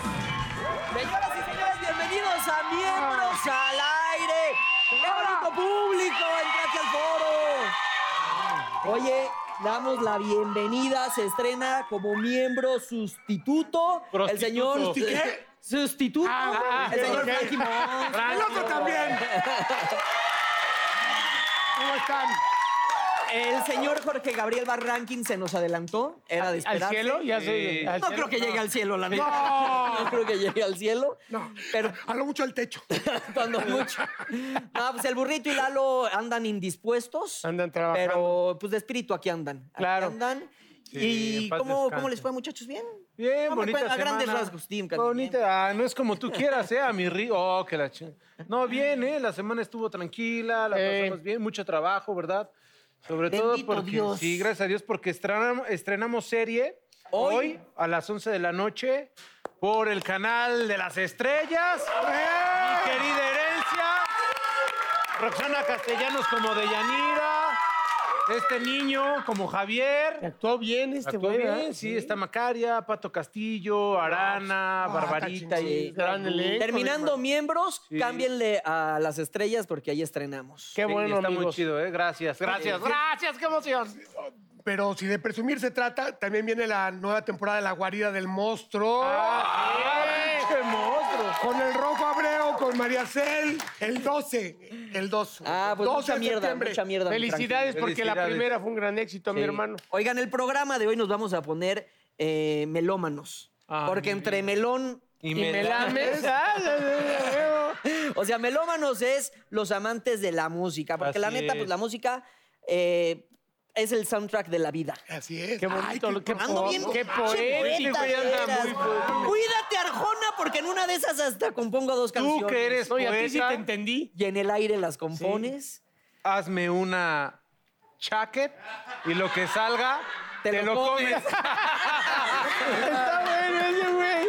Señoras y señores, bienvenidos a Miembros al Aire. ¡Qué bonito público! ¡Entrate al foro! Oye, damos la bienvenida. Se estrena como miembro sustituto. El Prostituto. señor. ¿Susti qué? Sustituto. Ah, el ok, señor ok. Frankie Montes. ¡Loco también! ¿Cómo están? El señor Jorge Gabriel Barranquín se nos adelantó. Era de ¿Al esperarse. cielo? Ya soy, Sí. al No cielo. creo que llegue al cielo, la neta. No. creo que llegue al cielo. Pero A lo mucho al techo. cuando mucho. Ah, pues el burrito y Lalo andan indispuestos. Andan trabajando. Pero pues de espíritu aquí andan. Aquí Claro. andan. Sí, ¿Y en paz cómo, descanse. cómo les fue, muchachos? ¿Bien? Bien, No me bonita cuenta, a semana. grandes rasgos, Tim, Candy, bien. Bonita, ah, no es como tú quieras, ¿eh? A mi río. Oh, que la ching... No, bien, ¿eh? La semana estuvo tranquila, la Eh. pasamos bien, mucho trabajo, ¿verdad? Sobre todo Bendito porque. Dios. Sí, gracias a Dios, porque estrenam- estrenamos serie Hoy. hoy. a las 11 de la noche por el canal de las estrellas. Mi querida herencia. Roxana Castellanos como Deyanira. Este niño como Javier. Actuó bien este Actuó güey. ¿verdad? bien, sí, está Macaria, Pato Castillo, Arana, Barbarita y... Ah, Gran elenco. Terminando miembros, Sí. cámbienle a las estrellas porque ahí estrenamos. Qué Sí, bueno, Está muy amigos. chido, ¿eh? Gracias, gracias, gracias, qué emoción. Pero si de presumir se trata, también viene la nueva temporada de La Guarida del Monstruo. Ah. ¡Qué monstruo! Con el Rojo Abreu, con María Cel. El 12. El 12. Ah, pues 12 mucha de mierda, septiembre. mucha mierda. mi Felicidades porque la Felicidades. primera fue un gran éxito, mi Sí. hermano. Oigan, el programa de hoy nos vamos a poner eh, melómanos. Ah, porque mi entre melón. Y Y me me la O sea, melómanos es los amantes de la música. Porque Así la neta, es. pues la música eh, es el soundtrack de la vida. Así es. Qué bonito, Ay, lo que- Ando po- bien. qué pinche poeta, poeta güey, anda eras. muy poeta. Cuídate, Arjona, porque en una de esas hasta compongo dos canciones. Tú que eres Oye, a ti sí te poeta, entendí. Y en el aire las compones. hazme una chaquet y lo que salga, Te te, lo lo, comes. Está bueno ese güey.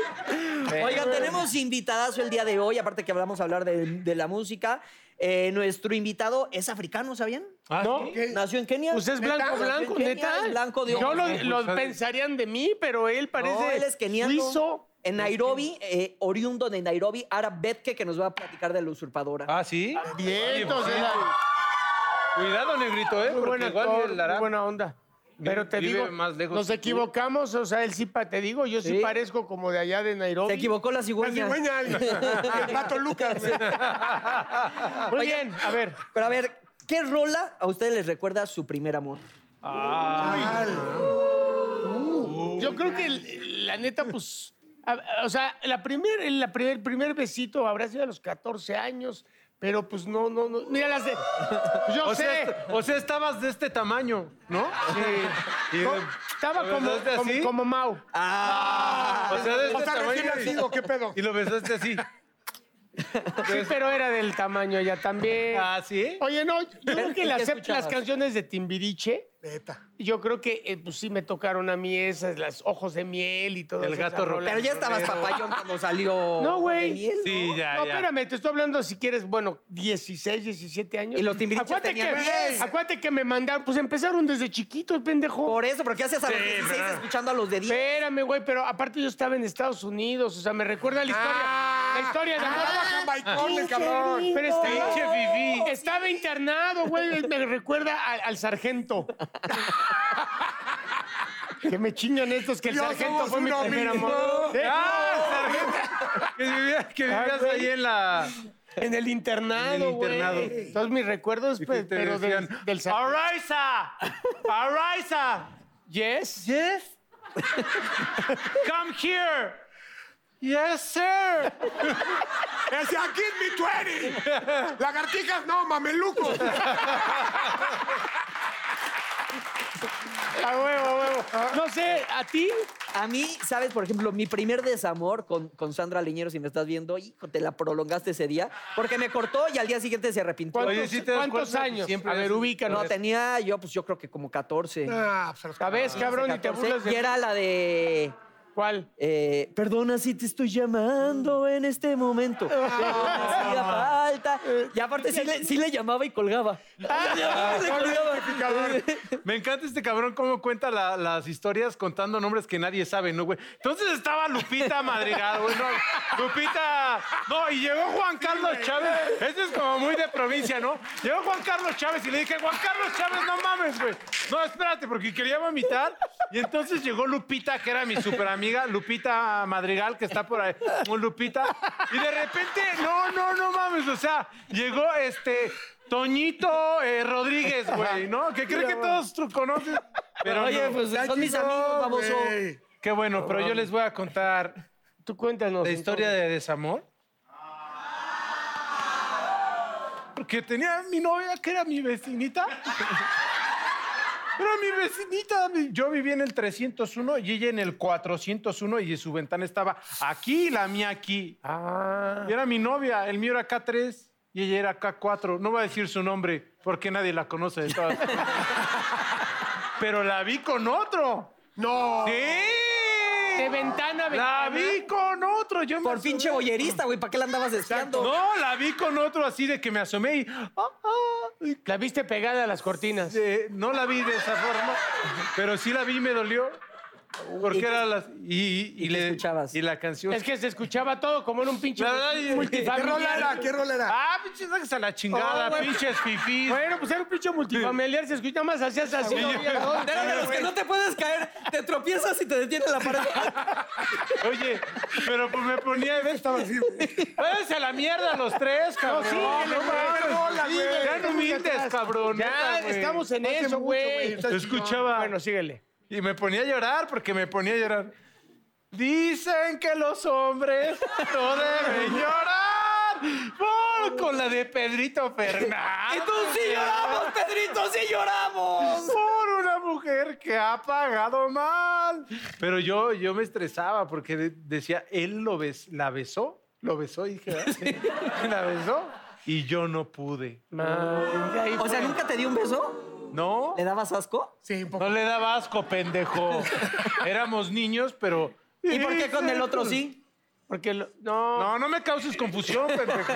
Oigan, tenemos invitadazo el día de hoy, aparte que hablamos a hablar de, de la música. Eh, nuestro invitado es africano, ¿sabían? Ah, ¿No? ¿sí? ¿Qué? Nació en Kenia. ¿Usted Pues es blanco, Nació en blanco, Kenia, neta? es blanco de ojos. Yo lo, lo Pues, pensarían de mí, pero él parece No, él es keniano. suizo. En Nairobi, eh, oriundo de Nairobi, Arab Betke, que nos va a platicar de la usurpadora. ¿Ah, sí? Bien, Oye, entonces, pues, Cuidado, negrito, ¿eh? muy buen Porque igual actor, el Lara- muy buena onda. Pero te Vive digo, más lejos nos que tú. equivocamos, o sea, él sí, pa- te digo, yo sí, Sí. parezco como de allá de Nairobi. Se equivocó la La cigüeña. cigüeña, el, el pato Lucas. Muy bien, a ver. Pero a ver, ¿qué rola a ustedes les recuerda su primer amor? Yo creo que el- la neta, pues. a- a- o sea, la primer, la primer, el primer besito habrá sido a los 14 años, pero pues no, no, no. Mira las de. Yo O sé. sea, est- o sea, estabas de este tamaño, ¿no? Sí. estaba ¿Lo como, besaste como, así? como Mau. O sea, de este O sea, recién tamaño. y- nacido, ¿qué pedo? Y lo besaste así. Sí, pero era del tamaño ya también. pues. ¿Ah, sí? Oye, no, yo creo que ¿y las, qué las escuchabas? canciones de Timbiriche, Neta. yo creo que eh, pues sí me tocaron a mí esas, las ojos de miel y todo El gato ro- Pero ya estabas papayón cuando salió. No, güey. de miel, ¿no? Sí, ya, No, ya. espérame, te estoy hablando si quieres, bueno, 16, 17 años. Y los Timbiriche Acuérdate tenían que, 10. acuérdate que me mandaron, pues empezaron desde chiquitos, pendejo. Por eso, porque haces a los Sí, 16 no. escuchando a los de 10. Espérame, güey, pero aparte yo estaba en Estados Unidos, o sea, me recuerda la historia. la historia de amor Ah, baicones, cabrón. Pero estaba, Pinche Fifi. estaba internado, güey. Me recuerda al, al sargento. que me chingan estos, que el Yo sargento somos fue mi uno primer mismo. amor. ¿Eh? ¡Ah, sargento! Que vivías, que vivías Ah, güey. ahí en la... En el internado, En el güey. internado. Entonces mis recuerdos, Y pues, que te pero del- decían, del sargento. ¡Arisa! ¡Arisa! Yes. Yes? Come here! Yes, sir! Decía, "Give me 20". Lagartijas, no, mamelucos. A huevo, a huevo. Ah. No sé, ¿a ti? A mí, ¿sabes? Por ejemplo, mi primer desamor con, con Sandra Liñero, si me estás viendo, hijo, te la prolongaste ese día, porque me cortó y al día siguiente se arrepintió. ¿Cuántos, Oye, sí te das cuántos cuenta que años? siempre a ver, haces- ubícanos. No, tenía pues, yo, pues yo creo que como 14. Ah, pues, ¿Sabes, cabrón? Y te 14, burlas de Y era la de... ¿Cuál? Eh, perdona si te estoy llamando en este momento. Pero hacía falta. Y aparte sí le, sí le llamaba y colgaba. Le colgaba. Me encanta este cabrón cómo cuenta la- las historias contando nombres que nadie sabe, ¿no, güey? Entonces estaba Lupita Madrigal, güey. no, Lupita. No, y llegó Juan Carlos Chávez. Este es como muy de provincia, ¿no? Llegó Juan Carlos Chávez y le dije, Juan Carlos Chávez, no mames, güey. No, espérate, porque quería vomitar. Y entonces llegó Lupita, que era mi super amiga, Lupita Madrigal, que está por ahí. Un Lupita. Y de repente, no, no, no mames. O sea, llegó este. Toñito eh, Rodríguez, güey, ¿no? Que cree que todos tú conoces. Pero Oye, no. pues son mis amigos, baboso. Güey. Qué bueno, pero yo les voy a contar Tú cuéntanos. la historia de desamor. Ah. Porque tenía mi novia que era mi vecinita. Era mi vecinita. mi- Yo vivía en el 301 y ella en el 401 y su ventana estaba aquí y la mía aquí. Y era mi novia. El mío era K3 y ella era K4. No voy a decir su nombre porque nadie la conoce. de todas. Pero la vi con otro. No. ¡Sí! De ventana a ventana. La vi con otro. Yo me Por pinche asomé. boyerista, güey. ¿Para qué la andabas deseando? No, la vi con otro así de que me asomé y. ah, ah, y- La viste pegada a las cortinas. eh, no la vi de esa forma, pero sí la vi y me dolió. Porque ¿Y qué- era las. Y, y y qué escuchabas? Y la canción. Es que se escuchaba todo como en un pinche La- la- ¿Qué rola multifamiliar. era? ¿Qué rola era? Ah, pinches, sáquense a la chingada, Oh, güey. pinches fifís. Bueno, pues era un pinche multifamiliar, se escuchaba más, hacías así. Sí. no había dónde. Era de los que no te puedes caer, te tropiezas y te detiene la pared. Oye, pero pues me ponía y estaba así. Váyanse a la mierda los tres, cabrón. sí, No, síguele, mames. güey, rola, Sí, güey. Sean humildes, cabrón. Ya, neta, güey. estamos en Hace eso, mucho, güey. está chingón. Escuchaba. Bueno, síguele. Y me ponía a llorar porque me ponía a llorar. Dicen que los hombres no deben llorar. Por- con la de Pedrito ¡Y Fernández. tú sí lloramos, Pedrito, sí lloramos! Por una mujer que ha pagado mal. Pero yo, yo me estresaba porque de- decía, él lo bes la besó. Lo besó y dije, "Ah, sí, la besó. Y yo no pude. O sea, ¿nunca te di un beso? ¿No? ¿Le dabas asco? Sí, un poco. No le daba asco, pendejo. Éramos niños, pero... ¿Y por qué con el otro sí? Porque lo- no. No, no me causes confusión, pendejo.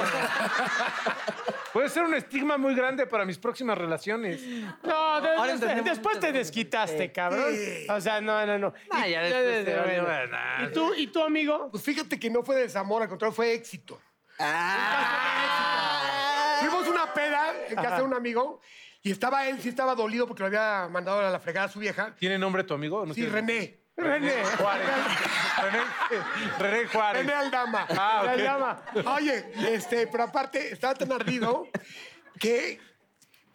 Puede ser un estigma muy grande para mis próximas relaciones. No, de- Ahora de- entendemos después te mucho. desquitaste, Sí. cabrón. O sea, no, no, no. Ah, Y- ya después te valió bueno. verdad. ¿Y tú, ¿Y tú, amigo? Pues fíjate que no fue desamor, al contrario, fue éxito. Ah. Fuimos una peda en casa de un amigo y estaba él, sí estaba dolido porque lo había mandado a la fregada a su vieja. ¿Tiene nombre tu amigo? o no Sí, tiene? René. Pues, René. Juárez. René, René Juárez. René Aldama. Ah, La ok. llama. Oye, este, pero aparte estaba tan ardido que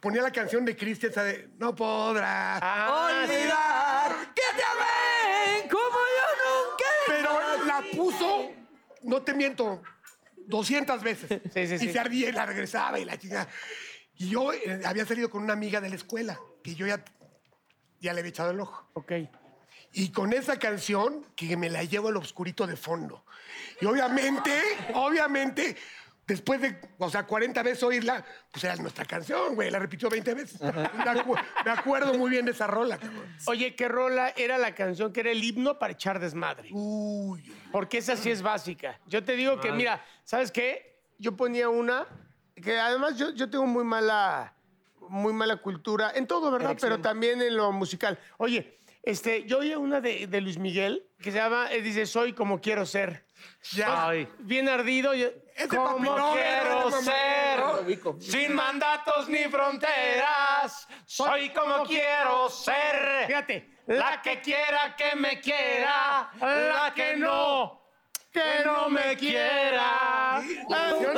ponía la canción de Cristian, esa de No podrás. Olvidar que te amé como yo nunca. Pero la puso, no te miento, 200 veces. Sí, sí, y sí. se ardía y la regresaba y la chingada. Y yo eh, había salido con una amiga de la escuela que yo ya, ya le había echado el ojo. Ok. Y con esa canción que me la llevo al obscurito de fondo. Y obviamente, obviamente, después de, o sea, 40 veces oírla, pues era nuestra canción, güey. La repitió 20 veces. Me, acu- me acuerdo muy bien de esa rola, cabrón. Oye, ¿qué rola era la canción que era el himno para echar desmadre? Uy. Porque esa sí es básica. Yo te digo Ah. que, mira, ¿sabes qué? Yo ponía una que además yo, yo tengo muy mala, muy mala cultura en todo, ¿verdad? Pero también en lo musical. Oye, este, yo oía una de, de Luis Miguel que se llama, eh, dice, soy como quiero ser. Ya. Ay. Bien ardido. yo- Es de como papilón, quiero no, no, no, no, ser. no, Sin mandatos ni fronteras, soy como quiero ser. Fíjate. La que quiera que me quiera, la que no, que no me Ah, quiera. Yo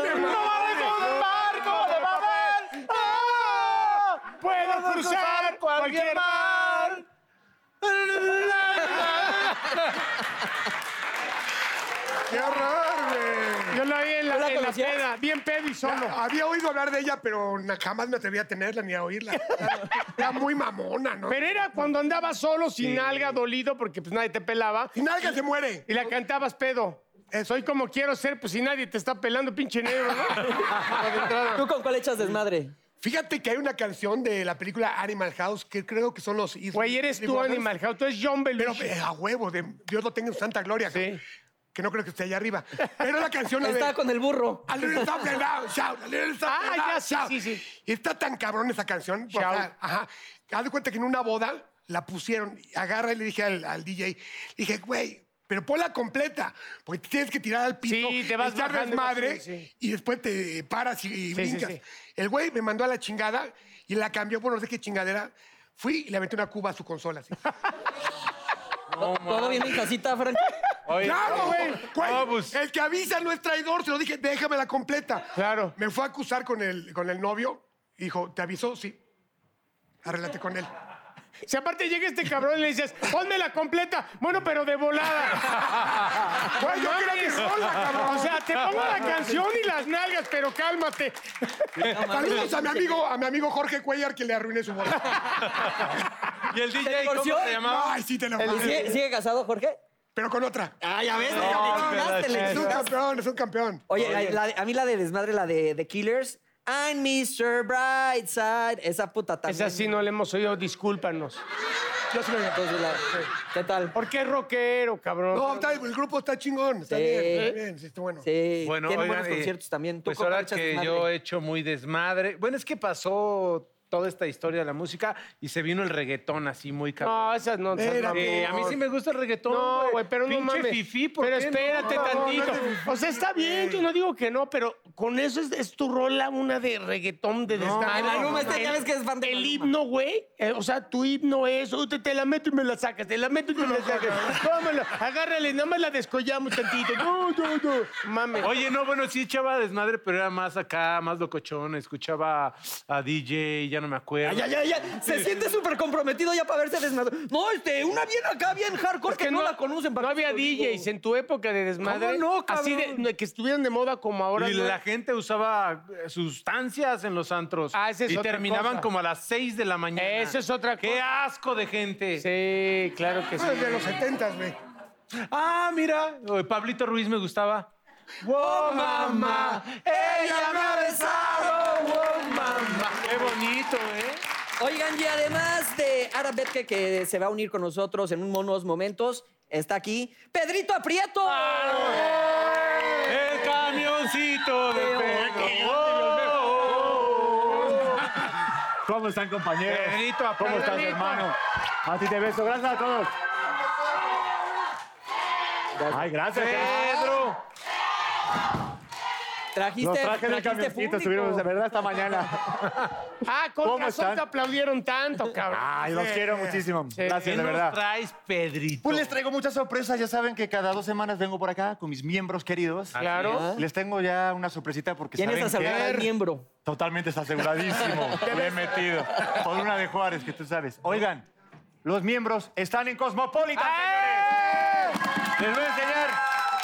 te No manejo un barco de papel. ¡Ah! Puedo cruzar cualquier mar. ¡Qué horror, güey! Yo la oí en la, la en la conocías? peda, bien pedo y solo. Había oído hablar de ella, pero na- jamás me atreví a tenerla ni a oírla. Era muy mamona, ¿no? Pero era cuando andaba solo, sin alga, dolido, porque pues nadie te pelaba. Y nadie se muere. Y la cantabas pedo. Eh, Soy como quiero ser, pues si nadie te está pelando, pinche negro, ¿no? ¿Tú con cuál echas desmadre? Fíjate que hay una canción de la película Animal House que creo que son los... Güey, eres tú iguanas, Animal House, tú eres John Pero Belushi. eh, a huevo, de Dios lo tenga en santa gloria. Sí. Que no creo que esté allá arriba. Pero la canción... la de- Está con el burro. A little something now, shout, a little something Ah, ya, now, sí, shout. sí, sí. Y está tan cabrón esa canción. o Shout. sea, ajá. Haz de cuenta que en una boda la pusieron, agarra y le dije al, al DJ, dije, güey, pero ponla completa, porque te tienes que tirar al piso, Sí, te vas echar bajando, desmadre, sí, sí. y después te paras y, y sí, brincas. sí. El güey me mandó a la chingada y la cambió por no sé qué chingadera. Fui y le aventé una cuba a su consola. así. Todo bien en casita, Frank. Oye, ¡Claro, güey! Güey, No, pues, El que avisa no es traidor, se lo dije, déjamela completa. Claro. Me fue a acusar con el, con el novio. Dijo, ¿te avisó? Sí. Arréglate con él. Si aparte llega este cabrón y le dices, ponme la completa. Bueno, pero de volada. Güey, yo creo que sola, cabrón. O sea, te pongo la canción y las nalgas, pero cálmate. Saludos a mi amigo, a mi amigo Jorge Cuellar, que le arruiné su voz. ¿Y el DJ cómo divorció? se llamaba? Ay, sí, te lo ¿Y ¿Sigue, sigue casado, Jorge? Pero con otra. Ah, ya ves, pero le Es un chingaste. campeón, es un campeón. Oye, la- la de- a mí la de desmadre, la de The Killers. I'm Mr. Brightside. Esa puta también. Esa sí no la hemos oído, discúlpanos. Yo sí me entonces la- ¿Qué tal? Porque es rockero, cabrón. No, está- el grupo está chingón. Está Sí. bien, está bien, sí, está bueno. Sí, Bueno, tiene oigan, buenos eh, conciertos también. ¿Tú Pues cómo ahora echas que desmadre? yo he hecho muy desmadre. Bueno, es que pasó toda esta historia de la música y se vino el reggaetón así muy cabrón. No, esas no. esas Espérate. no. Eh, a mí sí me gusta el reggaetón. No, güey, pero no Pinche mames. fifí, ¿por pero qué no? espérate No, tantito. no te- o sea, está bien, yo no digo que no, pero con eso es, es tu rola una de reggaetón de desmadre. Maluma, este ya ves que es fan de El Maluma. himno, güey. eh, o sea, tu himno es, "Uy, te, te la meto y me la sacas, te la meto y me la sacas. Tómala, agárrale, nada más la descollamos tantito. No, no, no. Mames. Oye, no, bueno, sí echaba desmadre, pero era más acá, más locochón. Escuchaba a DJ, ya no me acuerdo. Ay, ay, ay, ay, Se siente súper comprometido ya para verse desmadre. No, este, una bien acá, bien hardcore, que, no, la conocen. ¿para No qué había te lo digo? DJs en tu época de desmadre. ¿Cómo no, Así cabrón? de, que estuvieran de moda como ahora. y ¿no? la gente usaba eh, sustancias en los antros. Ah, esa es y otra terminaban cosa. como a las 6 de la mañana. Esa es otra ¡Qué asco de gente! Sí, claro que sí. Desde los 70, güey. Ah, mira, eh, Pablito Ruiz me gustaba. ¡Wow, Oh, mamá! ¡Ella me ha besado! ¡Wow, mamá! ¡Qué bonito, eh! Oigan, y además de Ara Betke, que se va a unir con nosotros en unos momentos, está aquí Pedrito Aprieto. El camioncito de Qué Pedro. bonito. ¿Cómo están, compañeros? Pedrito, ¿Cómo estás, Pedrito. hermano? A ti te beso. Gracias a todos. Ay, gracias. Pedro. Trajiste, Los traje en el trajiste camioncito, público. estuvieron de verdad esta mañana. Ah, con ¿Cómo razón están? te aplaudieron tanto, cabrón. Ay, los quiero muchísimo. ¿Qué Gracias, de nos verdad. traes, Pedrito? Pues les traigo muchas sorpresas. Ya saben que cada dos semanas vengo por acá con mis miembros queridos. Claro. Les tengo ya una sorpresita porque ¿Quién es saben asegurada que... al miembro? Totalmente está aseguradísimo. Le he metido. Por una de Juárez, que tú sabes. Oigan, los miembros están en Cosmopolitan, ¡Eh! señores. Les voy a enseñar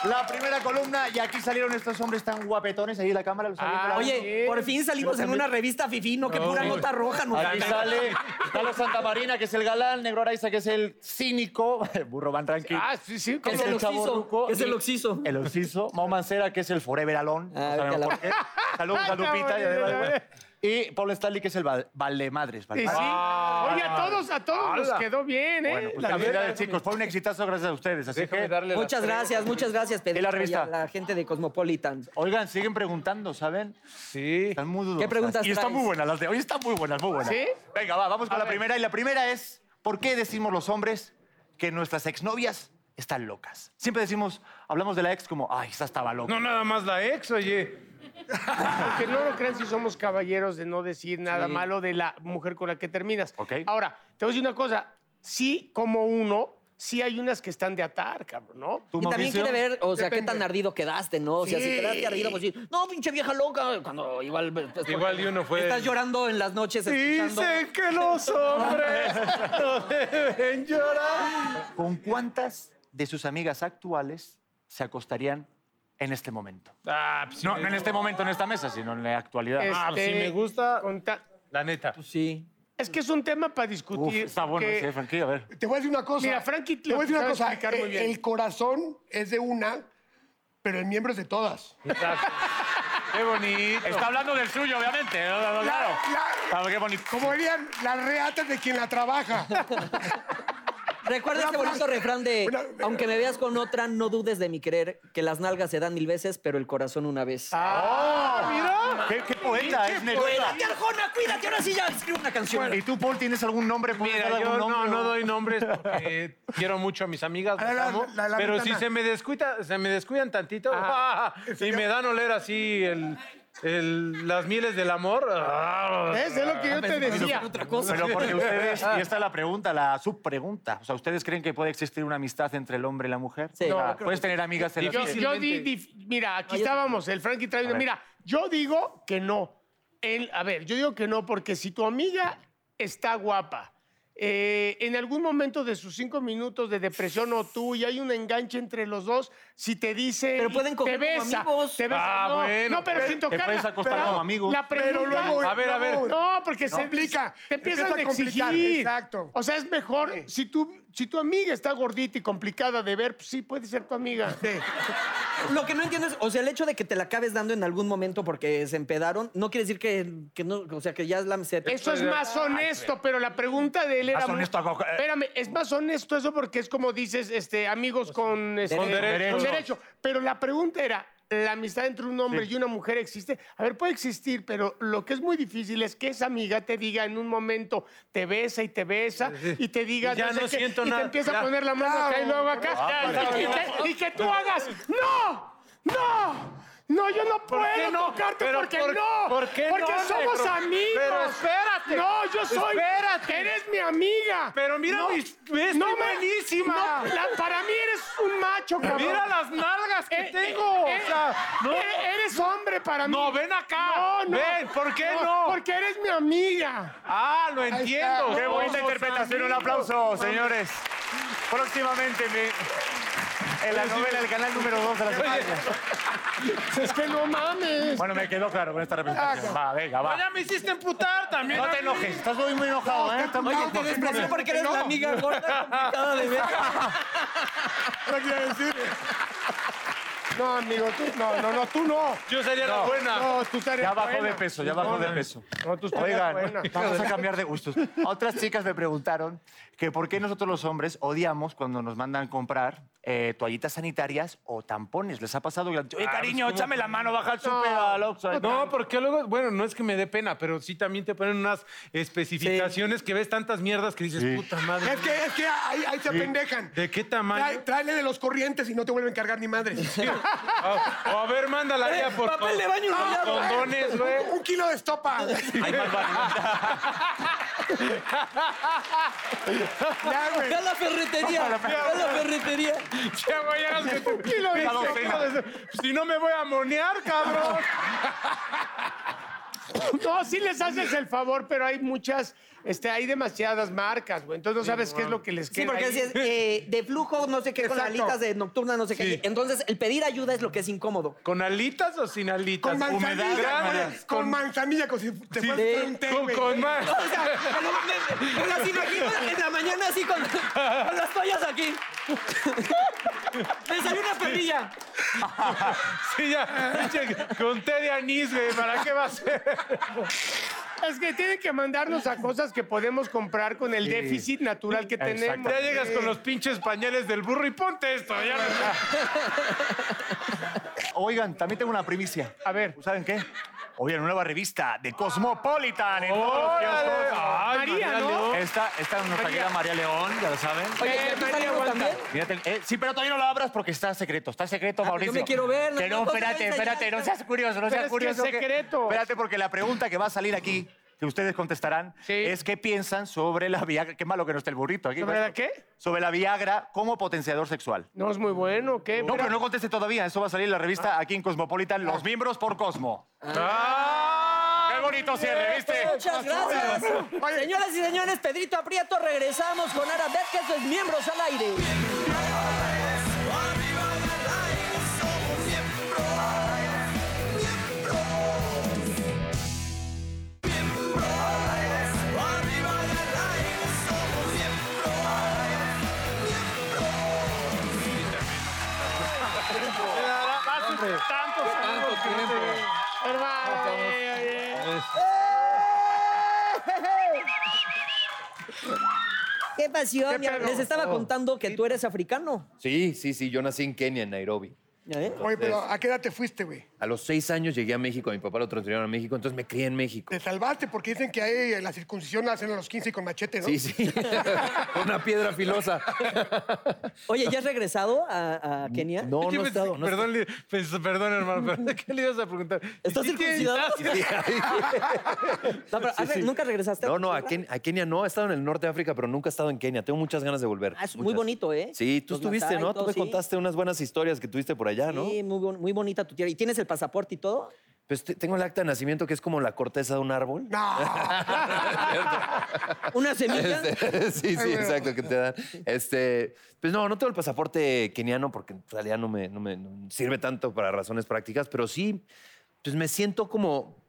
la primera columna. Y aquí salieron estos hombres tan guapetones. Ahí la cámara los Ah, ha visto. Oye, bien. por fin salimos en una revista fifino, que pura nota roja. nos Aquí sale Carlos Santa Marina, que es el galán, Negro Araiza, que es el cínico, Burro Van Tranquilo, Ah, sí, sí. Que ¿cómo? es el oxiso. chavorruco. Que es el oxiso. el Ociso, Mau Mancera, que es el Forever Alone, Ah, no sabemos que la- por qué. Saludos a Ay, Lupita. y cabrón, además, ya, bueno. ya. Y Paul Stanley, que es el val- Valemadres. Y sí. Valemadres. Oye, a todos, a todos nos quedó bien, ¿eh? Ah. Bueno, pues La verdad. felicidades, chicos. Fue un exitazo gracias a ustedes. Así Déjame que, darle las Muchas tres. gracias, muchas gracias, Pedrito. revista. y a la gente de Cosmopolitan. oigan, siguen preguntando, ¿saben? Sí. Están muy dudosas. ¿Qué preguntas Y están traes? muy buenas las de hoy. Están muy buenas, muy buenas. ¿Sí? Venga, va, vamos con la primera. Y la primera es, ¿por qué decimos los hombres que nuestras exnovias están locas? Siempre decimos, hablamos de la ex como, ay, esa estaba loca. No nada más la ex, oye. Porque no lo crean si somos caballeros de no decir nada malo de la mujer con la que terminas. Ok. Ahora, te voy a decir una cosa. Sí, como uno, sí hay unas que están de atar, cabrón, ¿no? ¿Tú, Y también Mauricio? quiere ver, o sea, qué Depende. tan ardido quedaste, ¿no? O sea, si Sí. quedaste ardido, pues sí. No, pinche vieja loca. Cuando igual. pues, Igual porque y uno fue- Estás llorando en las noches escuchando. Dicen que los hombres no deben llorar. ¿Con cuántas de sus amigas actuales se acostarían en este momento? Ah, pues, sí No, me- no en este momento, en esta mesa, sino en la actualidad. Este, Ah, sí me gusta. con ta- La neta. Sí. Es que es un tema para Uf, discutir. está bueno, que- sí, Frankie, a ver. Te voy a decir una cosa. Mira, Frankie te voy a decir lo una sabe cosa. explicar muy El, bien. el corazón es de una, pero el miembro es de todas. Exacto. Qué bonito. Está hablando del suyo, obviamente. no, no, no, Claro. la- Ah, qué bonito. Como dirían las reatas de quien la trabaja. Recuerda Una este bonito frase- refrán de, una- aunque me veas con otra, no dudes de mi querer, que las nalgas se dan mil veces, pero el corazón una vez. ¿Qué, qué poeta es Neruda? ¡Cuídate, Arjona! ¡Cuídate! Ahora sí ya escribe una canción. ¿Y tú, Paul, tienes algún nombre? ¿Puedes Mira, dar yo algún no, nombre? no doy nombres porque quiero mucho a mis amigas, A la- las la- amo, la- la pero ventana. si se me, descuida, se me descuidan tantito y me dan a oler así el, el- las mieles del amor. ah, ¿Ves? Es lo que yo te decía. Pero porque ustedes, y esta es la pregunta, la subpregunta. O sea, ¿ustedes creen que puede existir una amistad entre el hombre y la mujer? Sí. O sea, No, creo puedes tener amigas en las Yo, que- yo di, dif- mira, aquí yo- estábamos, el Frankie trae una- ver. Mira, yo digo que no. El- a ver, yo digo que no, porque si tu amiga está guapa, eh, en algún momento de sus cinco minutos de depresión o tú, y hay un enganche entre los dos, si te dice. Pero pueden y coger te como besa, amigos. Te besa, Ah, no, bueno, no, pero pero sin te tocar. puedes acostar como amigos. La pregunta, Pero luego- A ver, a ver. luego- no, porque se Complica. Te empiezan Empieza a a complicar, exigir. exacto. O sea, es mejor si tu, si tu amiga está gordita y complicada de ver, pues sí puede ser tu amiga. Lo que no entiendo es, o sea, el hecho de que te la acabes dando en algún momento porque se empedaron, no quiere decir que, que no, o sea, que ya es la se- Eso es más honesto, pero la pregunta de él era. Más muy- honesto, co- eh. Espérame, es más honesto eso porque es como dices, este, Pues, amigos con, este, Con derecho. con derecho. Pero la pregunta era. La amistad entre un hombre y una mujer existe. A ver, puede existir, pero lo que es muy difícil es que esa amiga te diga en un momento, te besa y te besa y te diga. Y ya no qué, siento Y nada. te empieza a Ya. Ah, poner la mano acá y luego acá. y, que, y que tú hagas, ¡No! ¡No! ¡No, yo no ¿Por qué puedo no? tocarte Pero porque por- no! ¿por qué porque no, somos negro? amigos. Pero espérate. No, yo soy. Espérate. Eres mi amiga. Pero mira no, mis- es me- buenísima. no, la- para mí eres un macho, cabrón. Mira las nalgas que Eh, tengo. eh, o sea, no. eh, Eres hombre para mí. No, ven acá. No, no. Ven, ¿por qué no? Porque eres mi amiga. Ah, lo entiendo. ¡Qué buena Somos interpretación! Un amigos. aplauso, señores. Próximamente me... en la novela El canal número 2 de la Oye, semana. Es que no mames. Bueno, me quedó claro con esta representación. Va, venga, no, va. ya me hiciste emputar también. No a Ah, te mí. enojes, estás muy, muy enojado, ¿eh? Estás muy- Oye, te despreció porque eres la amiga gorda complicada de ver. No quiero decir. No, amigo, tú no, no, no, tú no. Yo sería la buena. No, tú eres Ya bajó buena. de peso, ya bajó de No, peso. No, tú estás buena. Oigan, vamos a cambiar de gustos. Otras chicas me preguntaron que por qué nosotros los hombres odiamos cuando nos mandan comprar eh, toallitas sanitarias o tampones. ¿Les ha pasado? que- Oye, cariño, échame la mano, baja el súper al Oxxo". No, porque luego, bueno, no es que me dé pena, pero sí también te ponen unas especificaciones que ves tantas mierdas que dices, Sí. puta madre. Es que, es que ahí, ahí se pendejan. ¿De qué tamaño? Trae- tráele de los corrientes y no te vuelven a cargar ni madre. Ah, o a ver, mándala ya por papel de baño con- enrollado. condones, güey. Un kilo de estopa. Hay barbaridad. Ya, güey. Ve a la ferretería, ve a la ferretería. Ya, güey, ya no sé tú. La doctrina. Si no me voy a monear, cabrón. No, sí les haces el favor, pero hay muchas, este, hay demasiadas marcas, güey. Entonces no sabes qué es lo que les queda. Sí, porque ahí. decías, eh, de flujo, no sé qué, con Exacto. alitas de nocturna, no sé Sí. qué. Entonces, el pedir ayuda es lo que es incómodo. ¿Con alitas o sin alitas? Con manzanilla. Humedad, güey. Con, manzanilla, como si te Sí. fueras a hacer un té, Con, güey. con más. O sea, pero me- me- me las imagino en la mañana así con, con las toallas aquí. Me salió una perrilla. Sí, ya. pinche, Con té de anís, güey. ¿Para qué va a ser? Es que tienen que mandarnos a cosas que podemos comprar con el déficit natural que Exacto. tenemos. Ya llegas con los pinches pañales del burro y ponte esto. Ya Oigan, también tengo una primicia. A ver. ¿Saben qué? Hoy en una nueva revista de Cosmopolitan. En todos los ¡Órale! kioscos. Ay, María, ¿no? León. Esta, esta es nuestra querida María León, ya lo saben. Oye, ¿y Eh, aquí está María, el libro aguanta. también? Mira, te- eh, sí, pero todavía no la abras porque está secreto. Está secreto, Ah, yo Mauricio. me quiero ver, no Que no, tengo espérate, treinta y espérate. algo. No seas curioso, no Pero es que seas es curioso. secreto. Espérate, porque la pregunta que va a salir aquí, que ustedes contestarán, Sí. es qué piensan sobre la Viagra. Qué malo que no está el burrito aquí. pues. ¿Sobre la qué? Sobre la Viagra como potenciador sexual. No es muy bueno, ¿qué? No, pero no conteste todavía. Eso va a salir en la revista aquí en Cosmopolitan, Los Miembros por Cosmo. ¡Ah! ¡Qué bonito cierre, viste! Muchas gracias. Señoras y señores, Pedrito Aprieto, regresamos con Ara Vázquez, sus miembros al aire. Tanto tiempo. Hermano, oye, oye. ¡Qué pasión! ¿Qué pedo? Les estaba contando que tú eres africano. Sí, sí, sí, yo nací en Kenia, en Nairobi. ¿eh? Oye, pero ¿a qué edad te fuiste, güey? A los seis años llegué a México, a mi papá lo transfirieron a México, entonces me crié en México. Te salvaste porque dicen que ahí en la circuncisión hacen a los 15 con machete, ¿no? Sí, sí, una piedra filosa. Oye, ¿ya has regresado a, a Kenia? No, Pues, no he estado, no he perdón, li- pens- perdón, hermano, pero ¿qué le ibas a preguntar? ¿Y ¿Estás si tienes- circuncidado? No, pero, a ver, ¿Nunca regresaste? No, no, a, Ken- a Kenia no. He estado en el norte de África, pero nunca he estado en Kenia. Tengo muchas ganas de volver. Ah, es muy muchas. bonito, ¿eh? Sí, tú Los estuviste, Masái y ¿no? todo, tú me sí. contaste unas buenas historias que tuviste por allá, ¿no? Sí, muy, bon- muy bonita tu tierra. ¿Y tienes el pasaporte y todo? Pues te- tengo el acta de nacimiento que es como la corteza de un árbol. No, ¿Una semilla? Este, sí, sí, exacto, que te dan. Este, pues no, no tengo el pasaporte keniano porque en realidad no me, no me- no sirve tanto para razones prácticas, pero sí, pues me siento como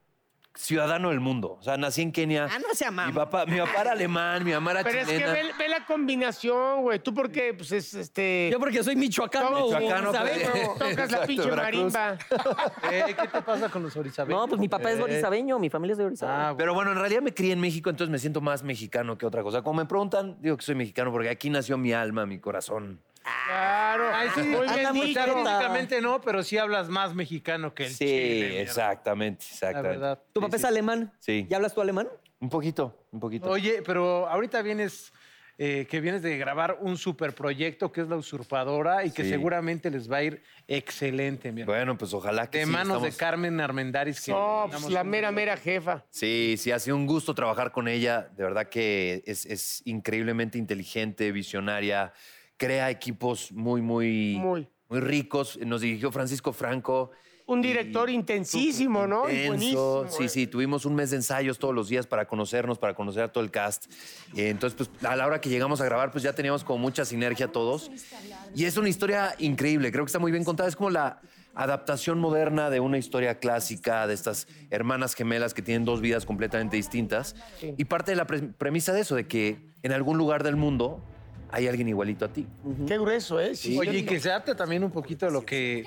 ciudadano del mundo. O sea, nací en Kenia. Ah, no sea mi mamá. papá, mi papá era alemán, mi mamá era Pero es que chilena. ve, ve la combinación, güey. Tú porque, pues, es este... Yo porque soy michoacano, Michoacano, ¿sabes? pues. Tocas la Exacto, pinche Veracruz. marimba. Eh, ¿Qué te pasa con los orizabeños? No, pues mi papá es Eh, orizabeño, mi familia es de Ah, Orizaba. Pero bueno, en realidad me crié en México, entonces me siento más mexicano que otra cosa. Como me preguntan, digo que soy mexicano porque aquí nació mi alma, mi corazón. Claro. Ay, sí, Muy anda bien muy dicho. caro. técnicamente no, pero sí hablas más mexicano que el sí, chile. mira. exactamente, La exactamente. verdad. ¿Tu papá es alemán? Sí. ¿Y hablas tú alemán? Un poquito, un poquito. Oye, pero ahorita vienes, eh, que vienes de grabar un superproyecto que es La Usurpadora y que Sí. seguramente les va a ir excelente, mi hermano. bueno, pues ojalá que De sí, manos de estamos- Carmen Armendáriz. que No, mandamos pues la un- mera, mera jefa. Sí, sí, ha sido un gusto trabajar con ella. De verdad que es, es increíblemente inteligente, visionaria, crea equipos muy, muy, Muy. muy ricos. Nos dirigió Francisco Franco. Un director Y- intensísimo, ¿no? Y Intenso. Buenísimo. ¿eh? Sí, sí, tuvimos un mes de ensayos todos los días para conocernos, para conocer a todo el cast. Y entonces, pues, a la hora que llegamos a grabar, pues ya teníamos como mucha sinergia todos. Y es una historia increíble, creo que está muy bien contada. Es como la adaptación moderna de una historia clásica de estas hermanas gemelas que tienen dos vidas completamente distintas. Y parte de la pre- premisa de eso, de que en algún lugar del mundo hay alguien igualito a ti. Qué grueso, ¿eh? Sí. Oye, y que se adapte también un poquito a lo que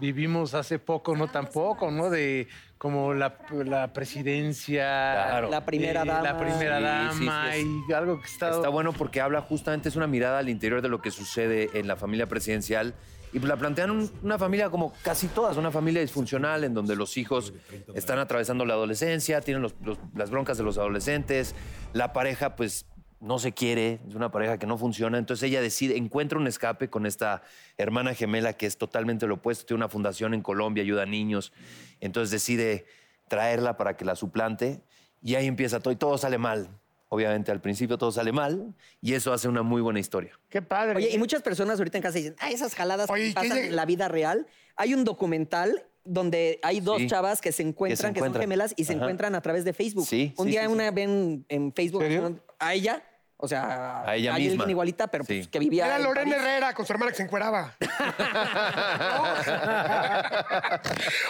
vivimos hace poco, no tampoco, ¿no? De como la, la presidencia. Claro. La primera eh, dama. La primera Sí, sí, sí, dama es- y algo que está... Está bueno porque habla justamente, es una mirada al interior de lo que sucede en la familia presidencial. Y pues, la plantean un- una familia como casi todas, una familia disfuncional en donde los hijos están atravesando la adolescencia, tienen los- los- las broncas de los adolescentes, la pareja pues no se quiere, es una pareja que no funciona, entonces ella decide, encuentra un escape con esta hermana gemela que es totalmente lo opuesto, tiene una fundación en Colombia, ayuda a niños, entonces decide traerla para que la suplante y ahí empieza todo y todo sale mal. Obviamente al principio todo sale mal y eso hace una muy buena historia. Qué padre. Oye, y muchas personas ahorita en casa dicen, ah, esas jaladas Oye, ¿y qué pasan llega- en la vida real. Hay un documental donde hay dos Sí, chavas que se encuentran, que, son encuentran. gemelas, y se Ajá. encuentran a través de Facebook. Sí, un sí, día sí, sí. una ven en Facebook ¿Serio? a ella, o sea, A ella hay misma. alguien igualita, pero pues, Sí. que vivía era en Lorena París. Herrera con su hermana que se encueraba.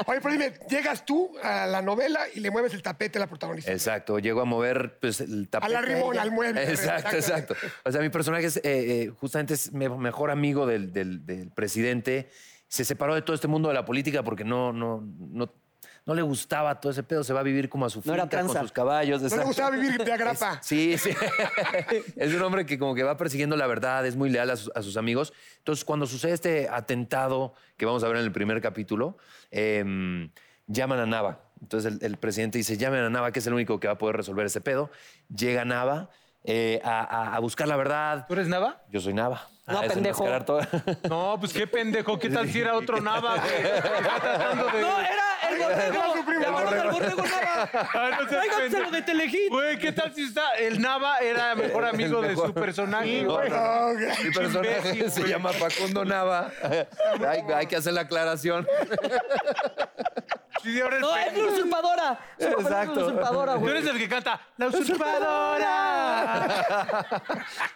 Oye, pero dime, llegas tú a la novela y le mueves el tapete a la protagonista. Exacto, llego a mover pues, el A tapete. la rimón, al mueble. Exacto, exacto. O sea, mi personaje es eh, eh, justamente es me- mejor amigo del, del- del presidente. Se separó de todo este mundo de la política porque no, no, no, no le gustaba todo ese pedo. Se va a vivir como a su No era finca con tranza. sus caballos. No le exacto. gustaba vivir de agrapa. Es- sí, sí. es un hombre que como que va persiguiendo la verdad, es muy leal a, sus- a sus amigos. Entonces, cuando sucede este atentado que vamos a ver en el primer capítulo, em, llaman a Nava. Entonces el, el presidente dice, llamen a Nava, que es el único que va a poder resolver ese pedo. Llega Nava eh, a, a- a buscar la verdad. ¿Tú eres Nava? Yo soy Nava. No, Ah, es pendejo. enmascarar todo. No, pues qué pendejo, ¿qué tal si era otro Nava? güey? Está tratando de... No, era el borrego. Llamaron al borrego Ah, nada. no seas Tráiganselo pendejo. de Telehit. Güey, ¿qué tal si está? El Nava era mejor amigo El de mejor. su personaje. No, güey. no, no. Mi personaje imbécil, se güey. llama Facundo Nava. hay, hay que hacer la aclaración. Sí, ahora es No, es la pendejo. usurpadora. Su papá es la Exacto. usurpadora, Tú güey. eres el que canta La usurpadora.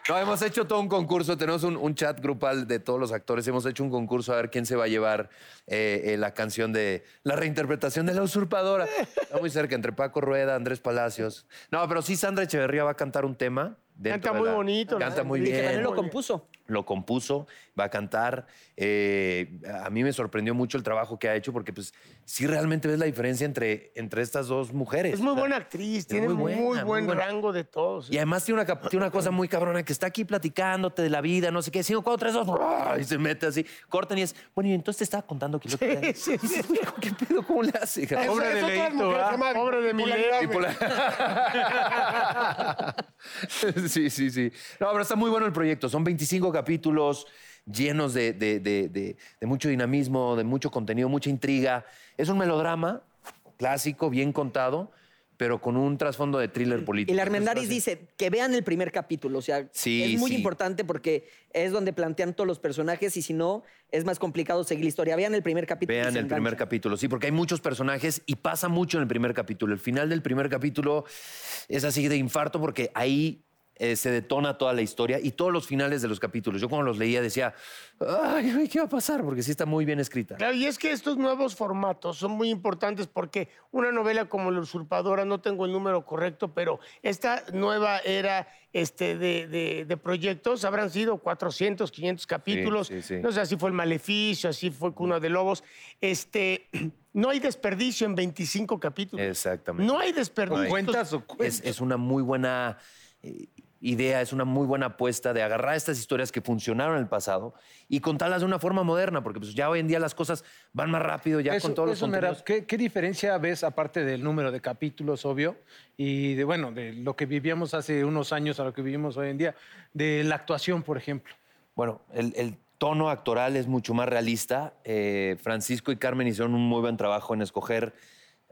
No, hemos hecho todo un concurso, tenemos un, un chat grupal de todos los actores, hemos hecho un concurso a ver quién se va a llevar eh, eh, la canción de la reinterpretación de La Usurpadora. Está muy cerca, entre Paco Rueda, Andrés Palacios. No, pero sí Sandra Echeverría va a cantar un tema. dentro Canta de muy la- bonito, ¿no? Canta muy Y que bien. también lo compuso. lo compuso, va a cantar. Eh, a mí me sorprendió mucho el trabajo que ha hecho porque pues sí realmente ves la diferencia entre, entre estas dos mujeres. Es muy buena actriz, tiene muy muy, buena, muy buen buena. rango de todos. Y además tiene una, cap- tiene una cosa muy cabrona que está aquí platicándote de la vida, no sé qué, 5, 4, 3, 2, y se mete así, cortan y es, bueno, y entonces te estaba contando que lo que... Sí, sí, sí. Hijo, ¿Qué pedo? ¿Cómo le hace? cabrón? Pobre de Leito, ¿ah? Pobre de mi sí, sí, sí. No, pero está muy bueno el proyecto. Son 25 capítulos llenos de, de- de- de- de mucho dinamismo, de mucho contenido, mucha intriga. Es un melodrama clásico, bien contado, pero con un trasfondo de thriller político. Y la Armendáriz dice que vean el primer capítulo. O sea, pues, Sí, es muy sí. importante porque es donde plantean todos los personajes y si no, es más complicado seguir la historia. Vean el primer capítulo. y Vean se el primer enganchan. capítulo, sí, porque hay muchos personajes y pasa mucho en el primer capítulo. El final del primer capítulo es así de infarto porque ahí eh, se detona toda la historia y todos los finales de los capítulos. Yo cuando los leía decía, ay, güey, ¿qué va a pasar? Porque sí está muy bien escrita. Claro, y es que estos nuevos formatos son muy importantes porque una novela como La Usurpadora, no tengo el número correcto, pero esta nueva era este, de, de- de proyectos habrán sido 400, 500 capítulos. sí, sí. No sé, así fue El Maleficio, así fue Cuna de Lobos. Este, no hay desperdicio en 25 capítulos. Exactamente. No hay desperdicio. ¿Cuentas o cuentas? Es, es una muy buena eh, idea, es una muy buena apuesta de agarrar estas historias que funcionaron en el pasado y contarlas de una forma moderna, porque pues ya hoy en día las cosas van más rápido, ya Eso- con todos los eso me era- contenidos. ¿qué, qué diferencia ves, aparte del número de capítulos, obvio, y de, bueno, de lo que vivíamos hace unos años a lo que vivimos hoy en día, de la actuación, por ejemplo? Bueno, el, el tono actoral es mucho más realista. Eh, Francisco y Carmen hicieron un muy buen trabajo en escoger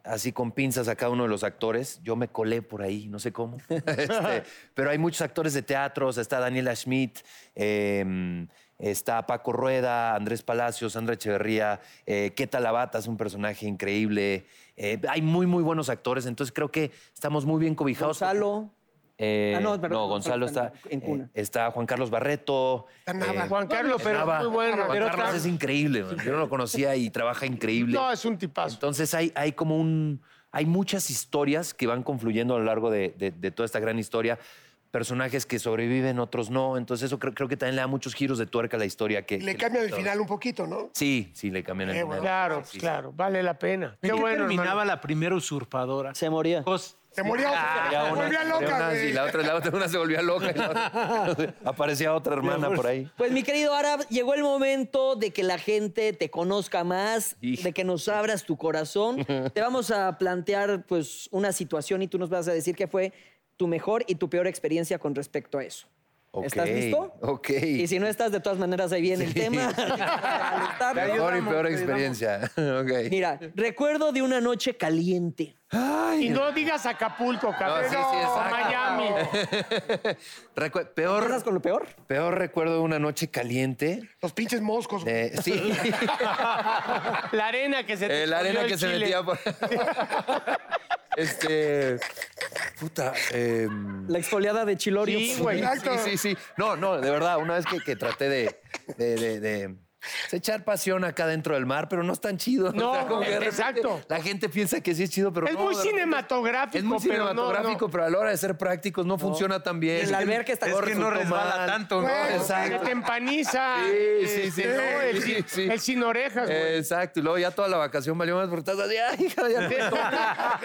así con pinzas a cada uno de los actores. Yo me colé por ahí, no sé cómo. Este, pero hay muchos actores de teatro. o sea, está Daniela Schmidt, eh, está Paco Rueda, Andrés Palacios, Sandra Echeverría, eh, Keta Lavata es un personaje increíble. Eh, hay muy, muy buenos actores. Entonces creo que estamos muy bien cobijados. Gonzalo. Eh, Ah, no, no, perdón, Gonzalo está, está en cuna. eh, está Juan Carlos Barreto. Está Nava. eh, Juan Carlos, pero Nava. es muy bueno. Juan Pero Carlos tam- es increíble, man. yo no lo conocía y trabaja increíble. No, es un tipazo. Entonces hay, hay como un... Hay muchas historias que van confluyendo a lo largo de, de- de toda esta gran historia. Personajes que sobreviven, otros no. Entonces eso creo, creo que también le da muchos giros de tuerca a la historia. Que, Le que cambian el espectador- final un poquito, ¿no? Sí, sí, le cambian el Eh, final. bueno. Claro, Sí, sí. claro, vale la pena. Qué ¿En qué bueno. terminaba hermano. la primera usurpadora? Pues, Se moría. Cos- Se murió. Había se una- volvía había loca, una- güey. sí, la otra, la otra, una se volvía loca. y la otra- aparecía otra hermana por ahí. Pues mi querido Arab, llegó el momento de que la gente te conozca más, Hijo. de que nos abras tu corazón. te vamos a plantear pues una situación y tú nos vas a decir qué fue tu mejor y tu peor experiencia con respecto a eso. ¿Estás Ok, listo? ok. Y si no estás, de todas maneras ahí viene el tema. Para Mejor alentar. y peor experiencia. Ok. Mira, recuerdo de una noche caliente. Y no digas Acapulco, cabrón. sí, sí, exacto. Miami. Recu- peor, ¿Empiezas con lo peor? peor recuerdo de una noche caliente. Los pinches moscos. güey. de- sí, La arena que se te eh, la arena escondió el que se chile. metía por. este. Puta. eh, La exfoliada de Chilorio. Sí, güey. Exacto. sí, sí, sí. No, no, de verdad, una vez que, que traté de. de, de- de- pues, echar pasión acá dentro del mar, pero no es tan chido. No, como que de repente exacto. La gente piensa que sí es chido, pero Es no, muy de repente- cinematográfico. Es muy pero no, no. cinematográfico, pero a la hora de ser prácticos no, funciona tan bien. En la alberca está- Es Por que no resultó resbala mal. tanto, ¿no? Bueno. Se Exacto. te empaniza. Sí, sí, este, sí, ¿no? sí, el, sí, sin- sí. Eh, el sin orejas, güey. Exacto, y luego ya toda la vacación valió más porque estás así, ay, hija, ya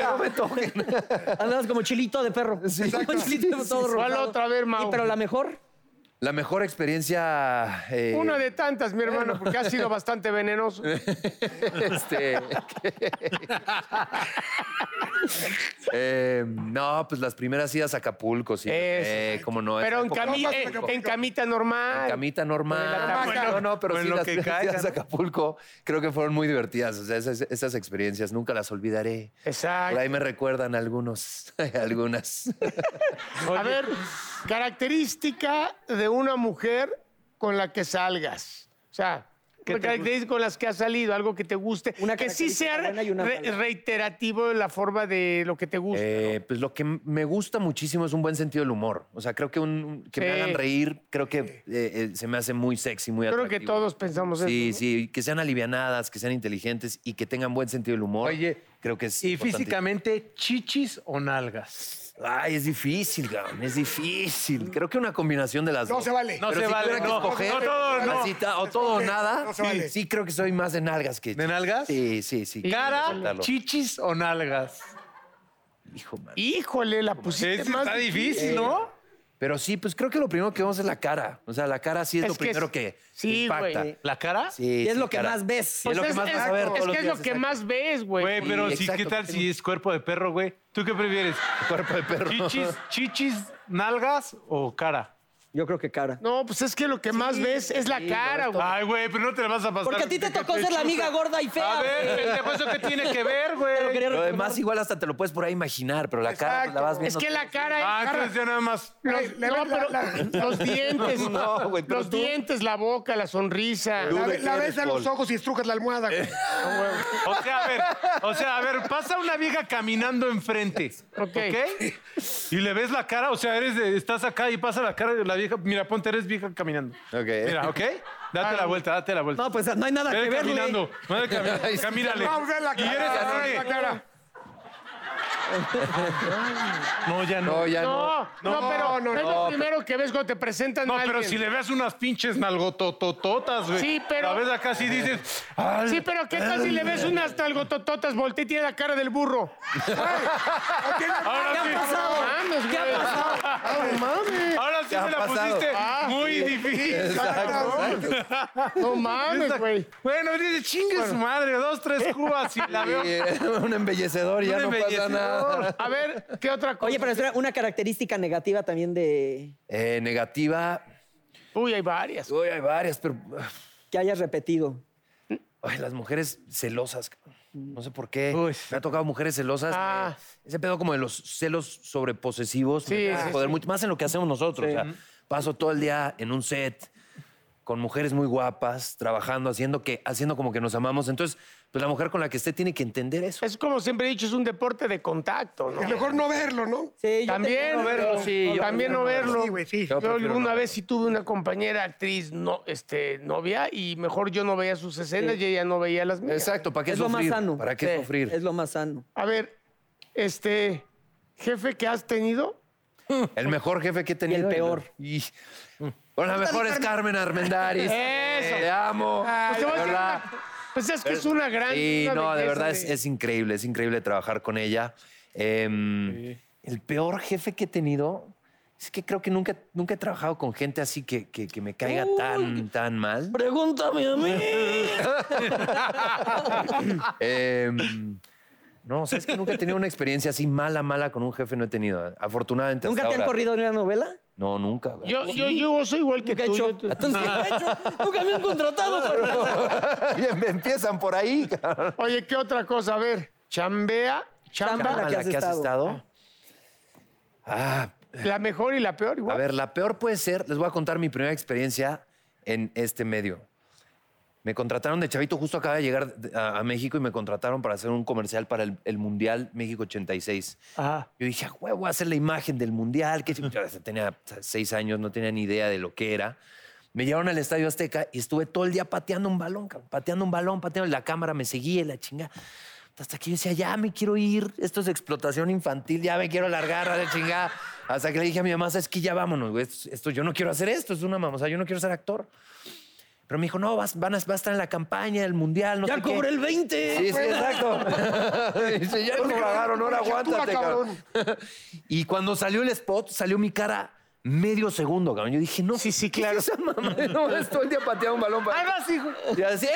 no me toquen, no me toquen". Andabas como chilito de perro. Como chilito de perro todo ¿Cuál rosado. otra? A ver, Mau. Y pero la mejor, La mejor experiencia. eh, Una de tantas, mi hermano, porque ha sido bastante venenoso. este, Eh, no, pues las primeras idas a Acapulco, sí. Es- Eh, cómo no. pero en, esa época- cami- en- en camita normal. En camita Con el normal. hamaca. No, no, pero Con sí, lo las que primeras caiga, idas a Acapulco creo que fueron muy divertidas. O sea, esas, esas experiencias nunca las olvidaré. Por Exacto. ahí me recuerdan algunos, algunas. A ver, característica de una mujer con la que salgas. O sea, ¿Qué te característica con las que has salido, algo que te guste. Una que sí característica sea buena y una re- mala. reiterativo en la forma de lo que te gusta. Eh, pues lo que m- me gusta muchísimo es un buen sentido del humor. O sea, creo que un- un- que me Sí. hagan reír, creo que eh, eh, se me hace muy sexy, muy Creo atractivo. que todos pensamos Sí, eso. sí, que sean alivianadas, que sean inteligentes y que tengan buen sentido del humor. Oye, Creo que es Y importante. físicamente, chichis o nalgas. Ay, es difícil, cabrón, es difícil. Creo que una combinación de las No dos. se vale. No Pero se si vale, tuviera que no. escoger, No todo, no. así ta- o todo o nada, No se sí, vale. sí creo que soy más de nalgas que... ¿De nalgas? Sí, sí, sí. Cara, Soltarlo. chichis o nalgas. Hijo, man. Híjole, la pusiste Ese más está difícil, ¿no? Pero sí, pues creo que lo primero que vemos es la cara. O sea, la cara sí es, Es lo que primero es- que sí, impacta. güey. ¿La cara? Sí, Y es sí, lo que cara. más ves. Y es lo que Pues más vas a exacto, ver todos Es los que es días, lo que exacto. más ves, Güey, güey. pero Sí, si, ¿qué exacto, tal que si es cuerpo de perro, güey? ¿Tú qué prefieres? Cuerpo de perro. ¿Chichis, chichis, nalgas o cara? Yo creo que cara. No, pues es que lo que más ves es la cara, güey. Ay, güey, pero no te la vas a pasar. Porque a ti te que tocó ser la amiga gorda y fea. A ver, güey. pendejo, ¿eso qué tiene que ver, güey? Te lo quería Lo recordar. demás igual hasta te lo puedes por ahí imaginar, pero la cara pues, la vas Es viendo. que la cara Ah, es. entonces ya nada más. Los, Le- le no, ves la- pero los dientes, No, güey, pero los tú- dientes, la boca, la sonrisa. La, de ve- la qué ves eres, a los Paul? ojos y estrujas la almohada. güey. O sea, a ver, o sea, a ver, pasa una vieja caminando enfrente. Ok. ¿Ok? Y le ves la cara, o sea, eres de- estás acá y pasa la cara de la vieja. Mira, ponte, eres vieja caminando. Ok. Mira, ¿ok? Date la vuelta, date la vuelta. No, pues no hay nada que Ve verle. caminando, ve Ay, cami- sí. camínale. No, ve la Y eres cara, así ve la de- cara. No, ya no. No, ya no. No, no, pero no, es lo primero que ves cuando te presentan No, a pero alguien. si le ves unas pinches nalgototototas, güey. Sí, pero- A veces acá sí dices. "Ay, Sí, pero ¿qué tal si le ves unas talgotototas? Voltea y tiene la cara del burro. ¿Qué ahora ha sí, pasado? Mames, ¿Qué ha güey. pasado? ahora sí Ya me la ha pasado. pusiste Ah, muy difícil. No mames, güey. Bueno, dice, chingue su madre, dos, tres cubas y la veo. Y, eh, un embellecedor, ya Un no pasa embellecedor. nada. A ver, ¿qué otra cosa? Oye, pero espera, una característica negativa también de Eh, negativa. Uy, hay varias. Uy, hay varias, pero. que hayas repetido. Ay, las mujeres celosas. cabrón. No sé por qué. Uy, sí. Me ha tocado mujeres celosas. Ah. Eh, Ese pedo como de los celos sobreposesivos. Sí, me hace sí, joder mucho. Más en lo que hacemos nosotros. o sea, paso todo el día en un set con mujeres muy guapas, trabajando, haciendo, que, haciendo como que nos amamos. Entonces, pues la mujer con la que esté tiene que entender eso. Es como siempre he dicho, es un deporte de contacto, ¿no? Es mejor no verlo, ¿no? Sí, yo También, tengo- verlo, sí, yo también no verlo. Sí, güey, sí. Yo Yo prefiero alguna no vez sí tuve una compañera actriz no, este, novia y mejor yo no veía sus escenas y ella no veía las mías. Exacto, ¿para qué Es lo más sufrir? sano. ¿Para qué Sí, sufrir? Es lo más sano. A ver, este, jefe que has tenido, El mejor jefe que he tenido. Y el peor. Y- Bueno, la mejor es Carmen Armendaris. Eso. Te amo. pues, te voy a De decir verdad. una- pues es que es una gran. Sí, una no, de belleza verdad es, es increíble, es increíble trabajar con ella. Em, El peor jefe que he tenido es que creo que nunca, nunca he trabajado con gente así que, que- que me caiga tan, tan mal. Pregúntame a mí. Em, no, o sea, es que nunca he tenido una experiencia así mala, mala con un jefe, no he tenido. Afortunadamente. ¿Nunca hasta te han ahora. corrido en una novela? No, nunca. güey. Yo, yo, yo soy igual que ¿Nunca he tú. hecho? yo te- Entonces, ¿qué he hecho? Nunca me han contratado. pero- Bien, me empiezan por ahí. Oye, ¿qué otra cosa? A ver, chambea, chamba, Chamba. ¿La que has, estado? Ah, la mejor y la peor A igual. ver, la peor puede ser, les voy a contar mi primera experiencia en este medio. Me contrataron de chavito, justo acaba de llegar de- a, a México y me contrataron para hacer un comercial para el, el Mundial México 86. Yo dije, "A huevo, voy a hacer la imagen del Mundial. Que yo tenía seis años, no tenía ni idea de lo que era. Me llevaron al Estadio Azteca y estuve todo el día pateando un balón, cabrón, pateando un balón, pateando. La cámara me seguía y la chinga. Hasta que yo decía, ya me quiero ir, esto es explotación infantil, ya me quiero largar a la chingada. Hasta que le dije a mi mamá, es que ya vámonos, güey, esto, esto- yo no quiero hacer esto, es una mamá, o sea, yo no quiero ser actor. Pero me dijo, no, vas, van a, vas a estar en la campaña, del mundial, no Ya sé qué". cobré el Pues 20. Sí, sí, exacto. Dice, ya me pagaron, ahora aguántate, cabrón. Y cuando salió el spot, salió mi cara medio segundo, cabrón. Yo dije, no. Sí, sí, ¿qué claro. es esa mamá? No, es todo el día pateando un balón. Para... Y así,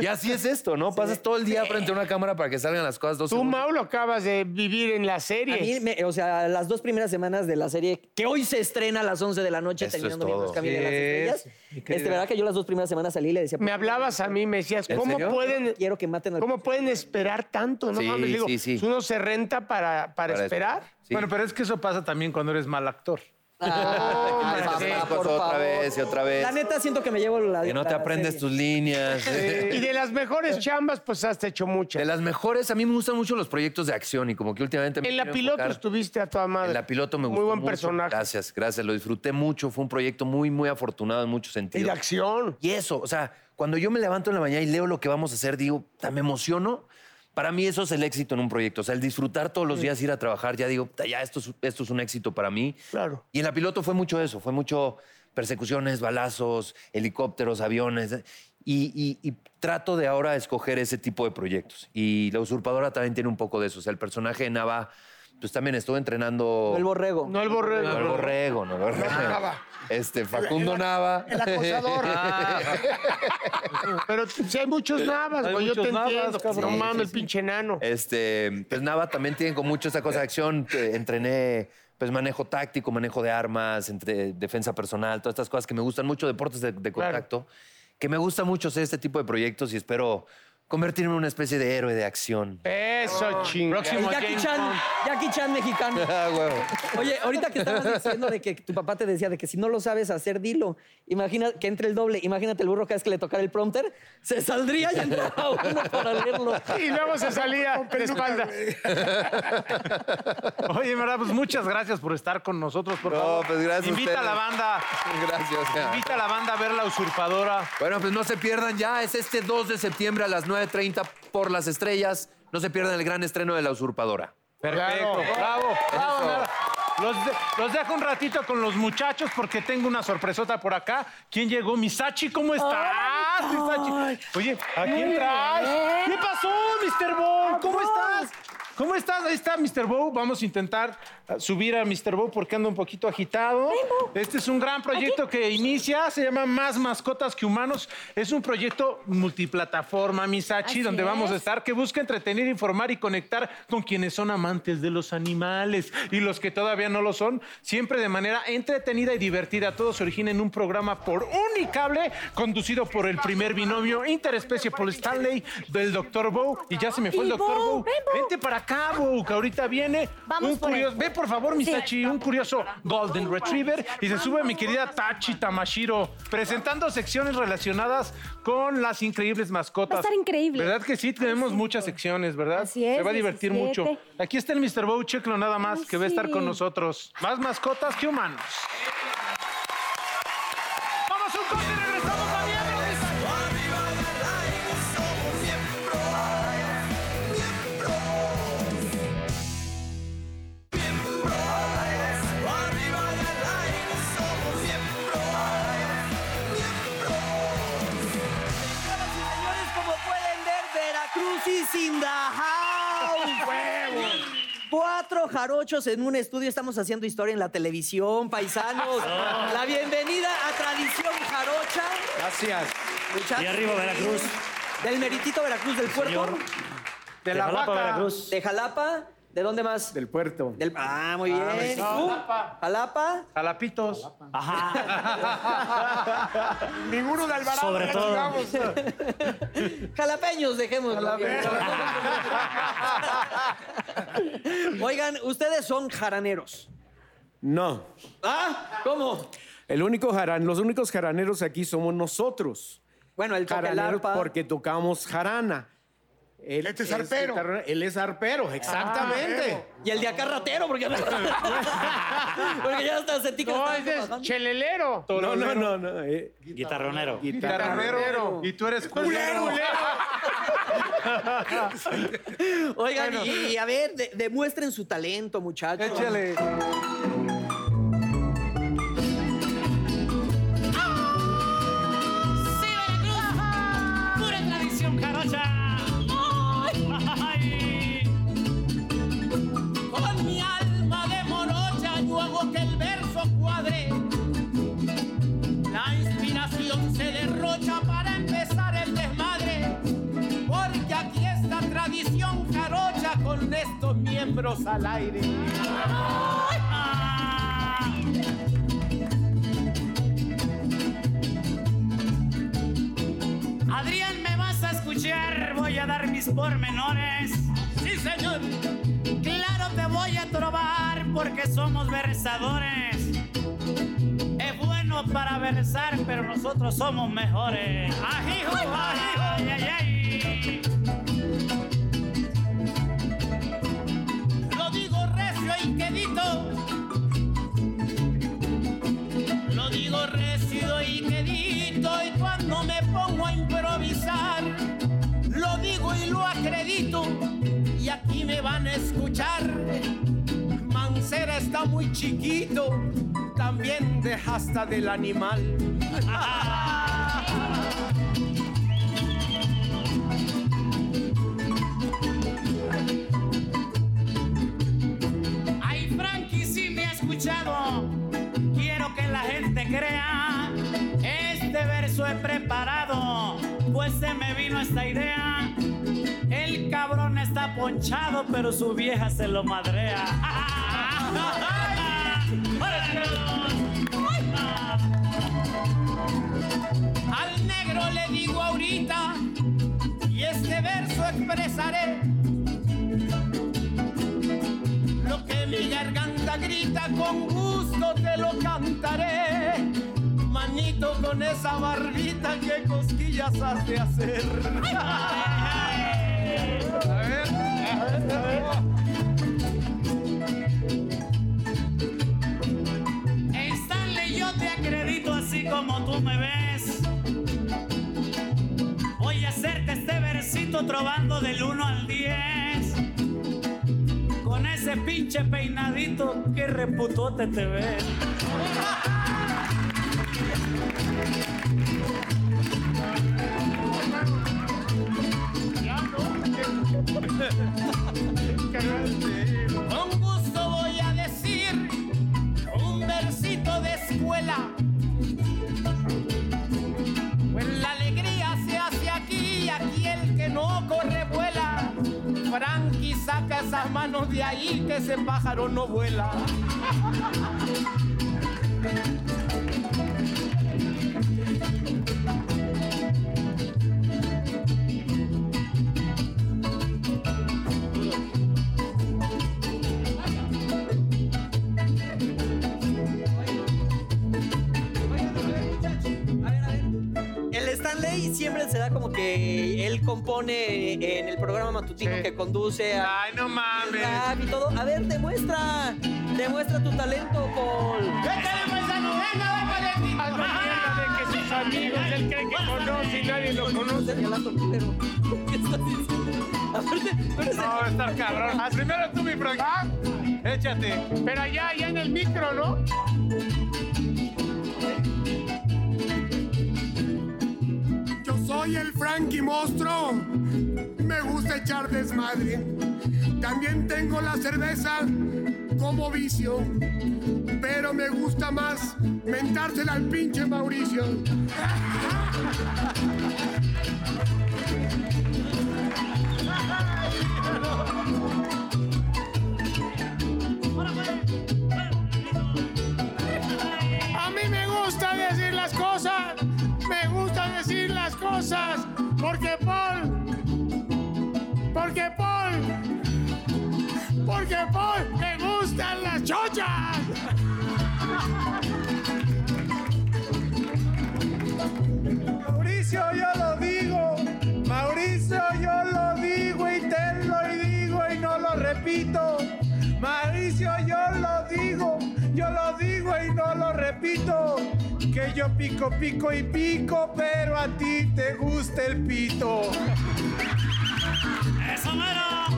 y así es esto, ¿no? Pasas todo el día frente a una cámara para que salgan las cosas dos Tú, segundos. Mau, lo acabas de vivir en la serie. A mí, me- o sea, las dos primeras semanas de la serie, que hoy se estrena a las 11 de la noche, Eso es terminando todo. viendo Sí, Camila de las Estrellas. mi querida. Este, verdad que yo las dos primeras semanas salí y le decía, Me hablabas a mí, me decías, ¿En ¿cómo serio? pueden, quiero que maten al... ¿cómo pueden esperar tanto? No Sí, mames, digo, sí, sí. si uno se renta para, para, Para esperar. Sí. Bueno, pero es que eso pasa también cuando eres mal actor. Ah, No, papá, sí. Cosas por pues otra favor. vez y otra vez. La neta siento que me llevo la Que no te la aprendes serie. tus líneas. Y de las mejores chambas, pues has hecho De muchas. las mejores, a mí me gustan mucho los proyectos de acción y como que últimamente me En la quiero piloto enfocar- estuviste a toda madre. En la piloto me gustó. Muy buen mucho. personaje. Gracias, gracias. Lo disfruté mucho. Fue un proyecto muy, muy afortunado en muchos Y de sentidos. acción. Y eso, o sea, cuando yo me levanto en la mañana y leo lo que vamos a hacer, digo, "Ta, me emociono Para mí eso es el éxito en un proyecto. O sea, el disfrutar todos los días, ir a trabajar, ya digo, "Puta, ya esto es, esto es un éxito para mí. Claro. Y en la piloto fue mucho eso, fue mucho persecuciones, balazos, helicópteros, aviones. eh, Y, y- y trato de ahora escoger ese tipo de proyectos. Y La Usurpadora también tiene un poco de eso. O sea, el personaje de Nava, pues también estuvo entrenando... El borrego. No el borrego. No, el borrego, no el borrego. Nava. Este, Facundo Nava. El acosador. Pero si hay muchos navas, Hay güey. Yo muchos te navas, entiendo. cabrón. No Sí, mames, sí, el pinche enano. Este, pues Nava también tiene con mucho esa cosa de acción. Eh, Entrené, pues manejo táctico, manejo de armas, entre defensa personal, todas estas cosas que me gustan mucho, deportes de, de contacto, que me gusta mucho hacer este tipo de proyectos y espero convertirme en una especie de héroe de acción. Eso, chingón. El Oh, Próximo Jackie James Chan, Bond. Jackie Chan mexicano. Ah, huevo. Oye, ahorita que estabas diciendo de que tu papá te decía de que si no lo sabes hacer, dilo. Imagina que entre el doble. Imagínate el burro cada vez que le tocara el prompter, se saldría y entraba uno para leerlo. Y luego se salía de espaldas. Oye, en verdad, pues muchas gracias por estar con nosotros, por No, favor. pues gracias a Invita a la ustedes. banda, Gracias. invita a la banda a ver La Usurpadora. Bueno, pues no se pierdan ya. Es este 2 de septiembre a las 9.30 por las estrellas. No se pierdan el gran estreno de La Usurpadora. Perfecto, bravo, bravo. nada. Los, de- los dejo un ratito con los muchachos porque tengo una sorpresota por acá. ¿Quién llegó? Misachi, ¿cómo estás? Misachi. Oye, ¿a quién traes? ¿Qué pasó, Mr. Ah, Bow? ¿Cómo estás? ¿Cómo estás? Ahí está Mr. Bow. Vamos a intentar eh, subir a Mr. Bow porque anda un poquito agitado. Este es un gran proyecto que inicia, se llama Más Mascotas que Humanos. Es un proyecto multiplataforma, Misachi, Así donde vamos a es. estar, que busca entretener, informar y conectar con quienes son amantes de los animales y los que todavía no lo son, siempre de manera entretenida y divertida. Todo se origina en un programa por Unicable, conducido por el primer binomio interespecie Paul Stanley del Dr. Bow. Y ya se me fue el Y Dr. Bo, Bow. ven, Bo. Vente para acá, Bow, que ahorita viene Vamos un por él. curioso... Ve, por favor, mi Sí. Tachi, un curioso Golden Retriever. Y se sube mi querida Tachi Tamashiro, presentando secciones relacionadas con las increíbles mascotas. Va a estar increíble. ¿Verdad que sí? Tenemos muchas secciones, ¿verdad? Así es, Se va a divertir 17. mucho. Aquí está el Mr. Bow, checlo nada más, Ay, que va a estar con sí. nosotros. Más mascotas que humanos. Vamos a un corte y regresamos a Miembros. Señores, como pueden ver, Veracruz is in the house. Cuatro jarochos en un estudio. Estamos haciendo historia en la televisión, paisanos. La bienvenida a Tradición Jarocha. Gracias. Muchachos. Y arriba, Veracruz. Del meritito Veracruz del puerto. señor. De la Jalapa, vaca. Veracruz. De Jalapa. ¿De dónde más? Del puerto. Del- Ah, muy bien. ¿Y tú? Jalapa. Jalapitos. Ninguno de Alvarado. Sobre ya todo. digamos. Jalapeños, dejemos. Oigan, ustedes son jaraneros. No. ¿Ah? ¿Cómo? El único jaran, los únicos jaraneros aquí somos nosotros. Bueno, el toca el Jaraneros arpa. porque tocamos jarana. Él Este es arpero. guitarra- él es Ah, arpero, exactamente. Y el de acá ratero, porque, porque ya hasta sentí que No, estaban ese es trabajando. chelelero. no, no, no, no. eh, Guitarronero. Carnero. Y tú eres culero. Oigan, y, y a ver, de- demuestren su talento, muchachos. Échale. ¡Sí, Veracruz! ¡Pura tradición jarocha! ¡Ay! Con mi alma de morocha yo hago que el verso cuadre. La inspiración se derrocha para empezar el desmadre. Porque aquí está tradición jarocha con estos miembros al aire. ¡Ay! Adrián, me vas a escuchar, voy a dar mis pormenores. Sí, señor. Claro, te voy a trobar porque somos versadores. Es bueno para versar, pero nosotros somos mejores. Ajijo, ajijo, ay, ay, ay. Lo digo recio y quedito. Lo digo recio y quedito y cuando me pongo a improvisar, lo digo y lo acredito. crédito y aquí me van a escuchar. Mancera está muy chiquito, también hasta del animal. Ay, Frankie, sí me ha escuchado. Quiero que la gente crea. Este verso he preparado, pues se me vino esta idea. El cabrón está ponchado, pero su vieja se lo madrea. ¡Órale, cabrón! Al negro le digo ahorita, y este verso expresaré. Lo que mi garganta grita con gusto te lo cantaré. Manito con esa barbita que cosquillas has de hacer. Stanley, yo te acredito así como tú me ves. Voy a hacerte este versito trovando del 1 al 10. Con ese pinche peinadito, qué reputote te ves. Con gusto voy a decir un versito de escuela. Pues la alegría se hace aquí y aquí el que no corre vuela. Frankie saca esas manos de ahí que ese pájaro no vuela. El Stanley siempre se da como que él compone en el programa matutino que conduce a Ay, no mames. rap y todo. A ver, demuestra, demuestra tu talento, Paul. Al mañana de que sus amigos, él cree que conoce y nadie lo conoce. Señalando, culero. ¿Qué estás diciendo? Aparte, tú eres el- No, va a estar cabrón. Primero tú, mi Frankie. Échate. Ah. Pero allá, allá en el micro, ¿no? Yo soy el Frankie Monstruo. Me gusta echar desmadre. También tengo la cerveza como vicio. Pero me gusta más mentársela al pinche Mauricio. A mí me gusta decir las cosas. Me gusta decir las cosas. Porque Paul. Porque Paul. Porque Paul me gustan las chochas. Mauricio, yo lo digo. Mauricio, yo lo digo y te lo digo y no lo repito. Mauricio, yo lo digo. Yo lo digo y no lo repito. Que yo pico, pico y pico, pero a ti te gusta el pito. ¡Eso mero!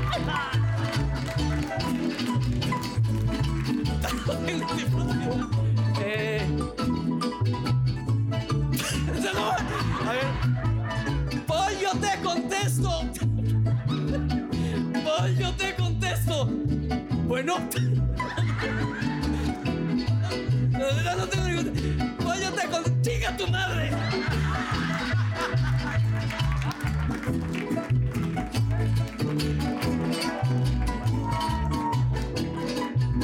Eh. A ver. Paul, yo te contesto. Paul, yo te contesto. Bueno. No, no, no tengo ningún- Paul, yo te contesto. ¡Chica tu madre!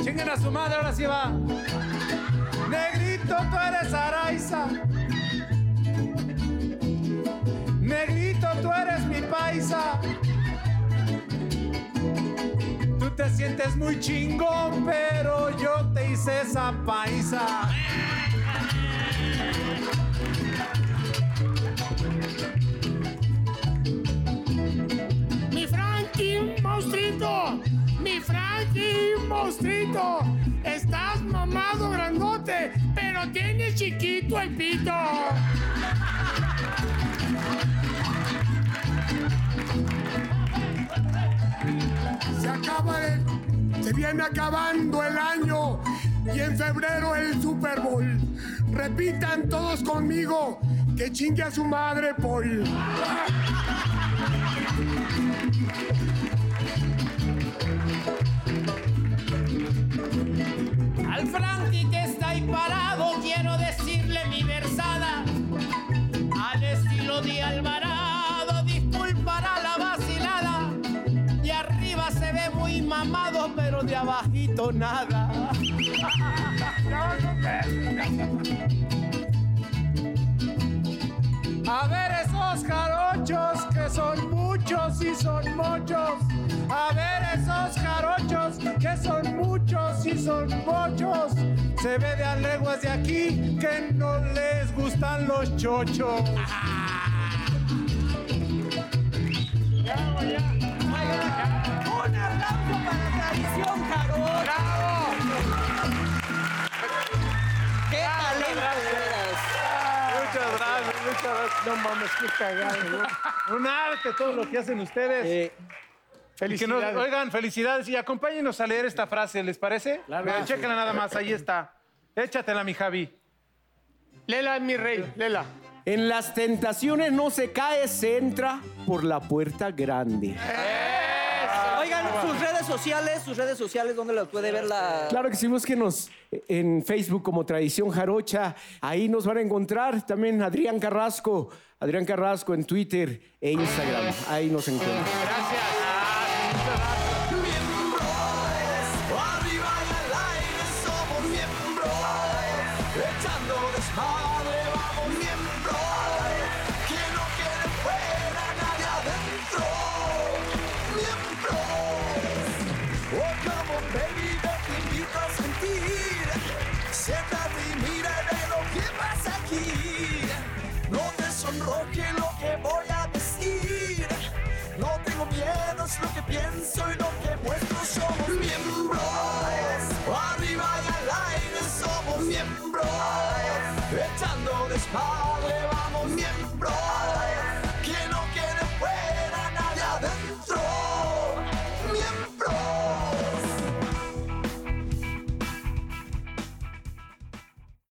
Chinguen a su madre, ahora sí va. Negrito, tú eres Araiza. Negrito, tú eres mi paisa. Tú te sientes muy chingón, pero yo te hice esa paisa. Mi Frankie Monstrito. Mi Frankie Monstrito. Estás mamado grandote, pero tienes chiquito el pito. acaban, se viene acabando el año y en febrero el Super Bowl. Repitan todos conmigo que chingue a su madre, Paul. Al Frankie que está ahí parado quiero decirle mi versada. Al estilo de Alvarado disculpará la vacilada. De arriba se ve muy mamado pero de abajito nada. A ver esos jarochos que son muchos y son muchos. A ver esos jarochos que son muchos y son muchos. Se ve de a leguas de aquí que no les gustan los chochos. Un aplauso para Tradición Jarocha. ¡Qué talento, de veras! Muchas gracias, muchas gracias. No mames, qué cagado. güey. Un arte todo lo que hacen ustedes. Eh, Y que nos- Felicidades. oigan, felicidades y acompáñenos a leer esta frase, ¿les parece? Vean, Chéquenla nada más, ahí está. Échatela, mi Javi. Lela es mi rey, Lela. En las tentaciones no se cae, se entra por la puerta grande. Oigan, sus redes sociales, sus redes sociales, ¿dónde las puede ver la...? Claro que sí, búsquenos en Facebook como Tradición Jarocha. Ahí nos van a encontrar también Adrián Carrasco. Adrián Carrasco en Twitter e Instagram. Ahí nos encuentran. Echando desmadre, vamos miembros.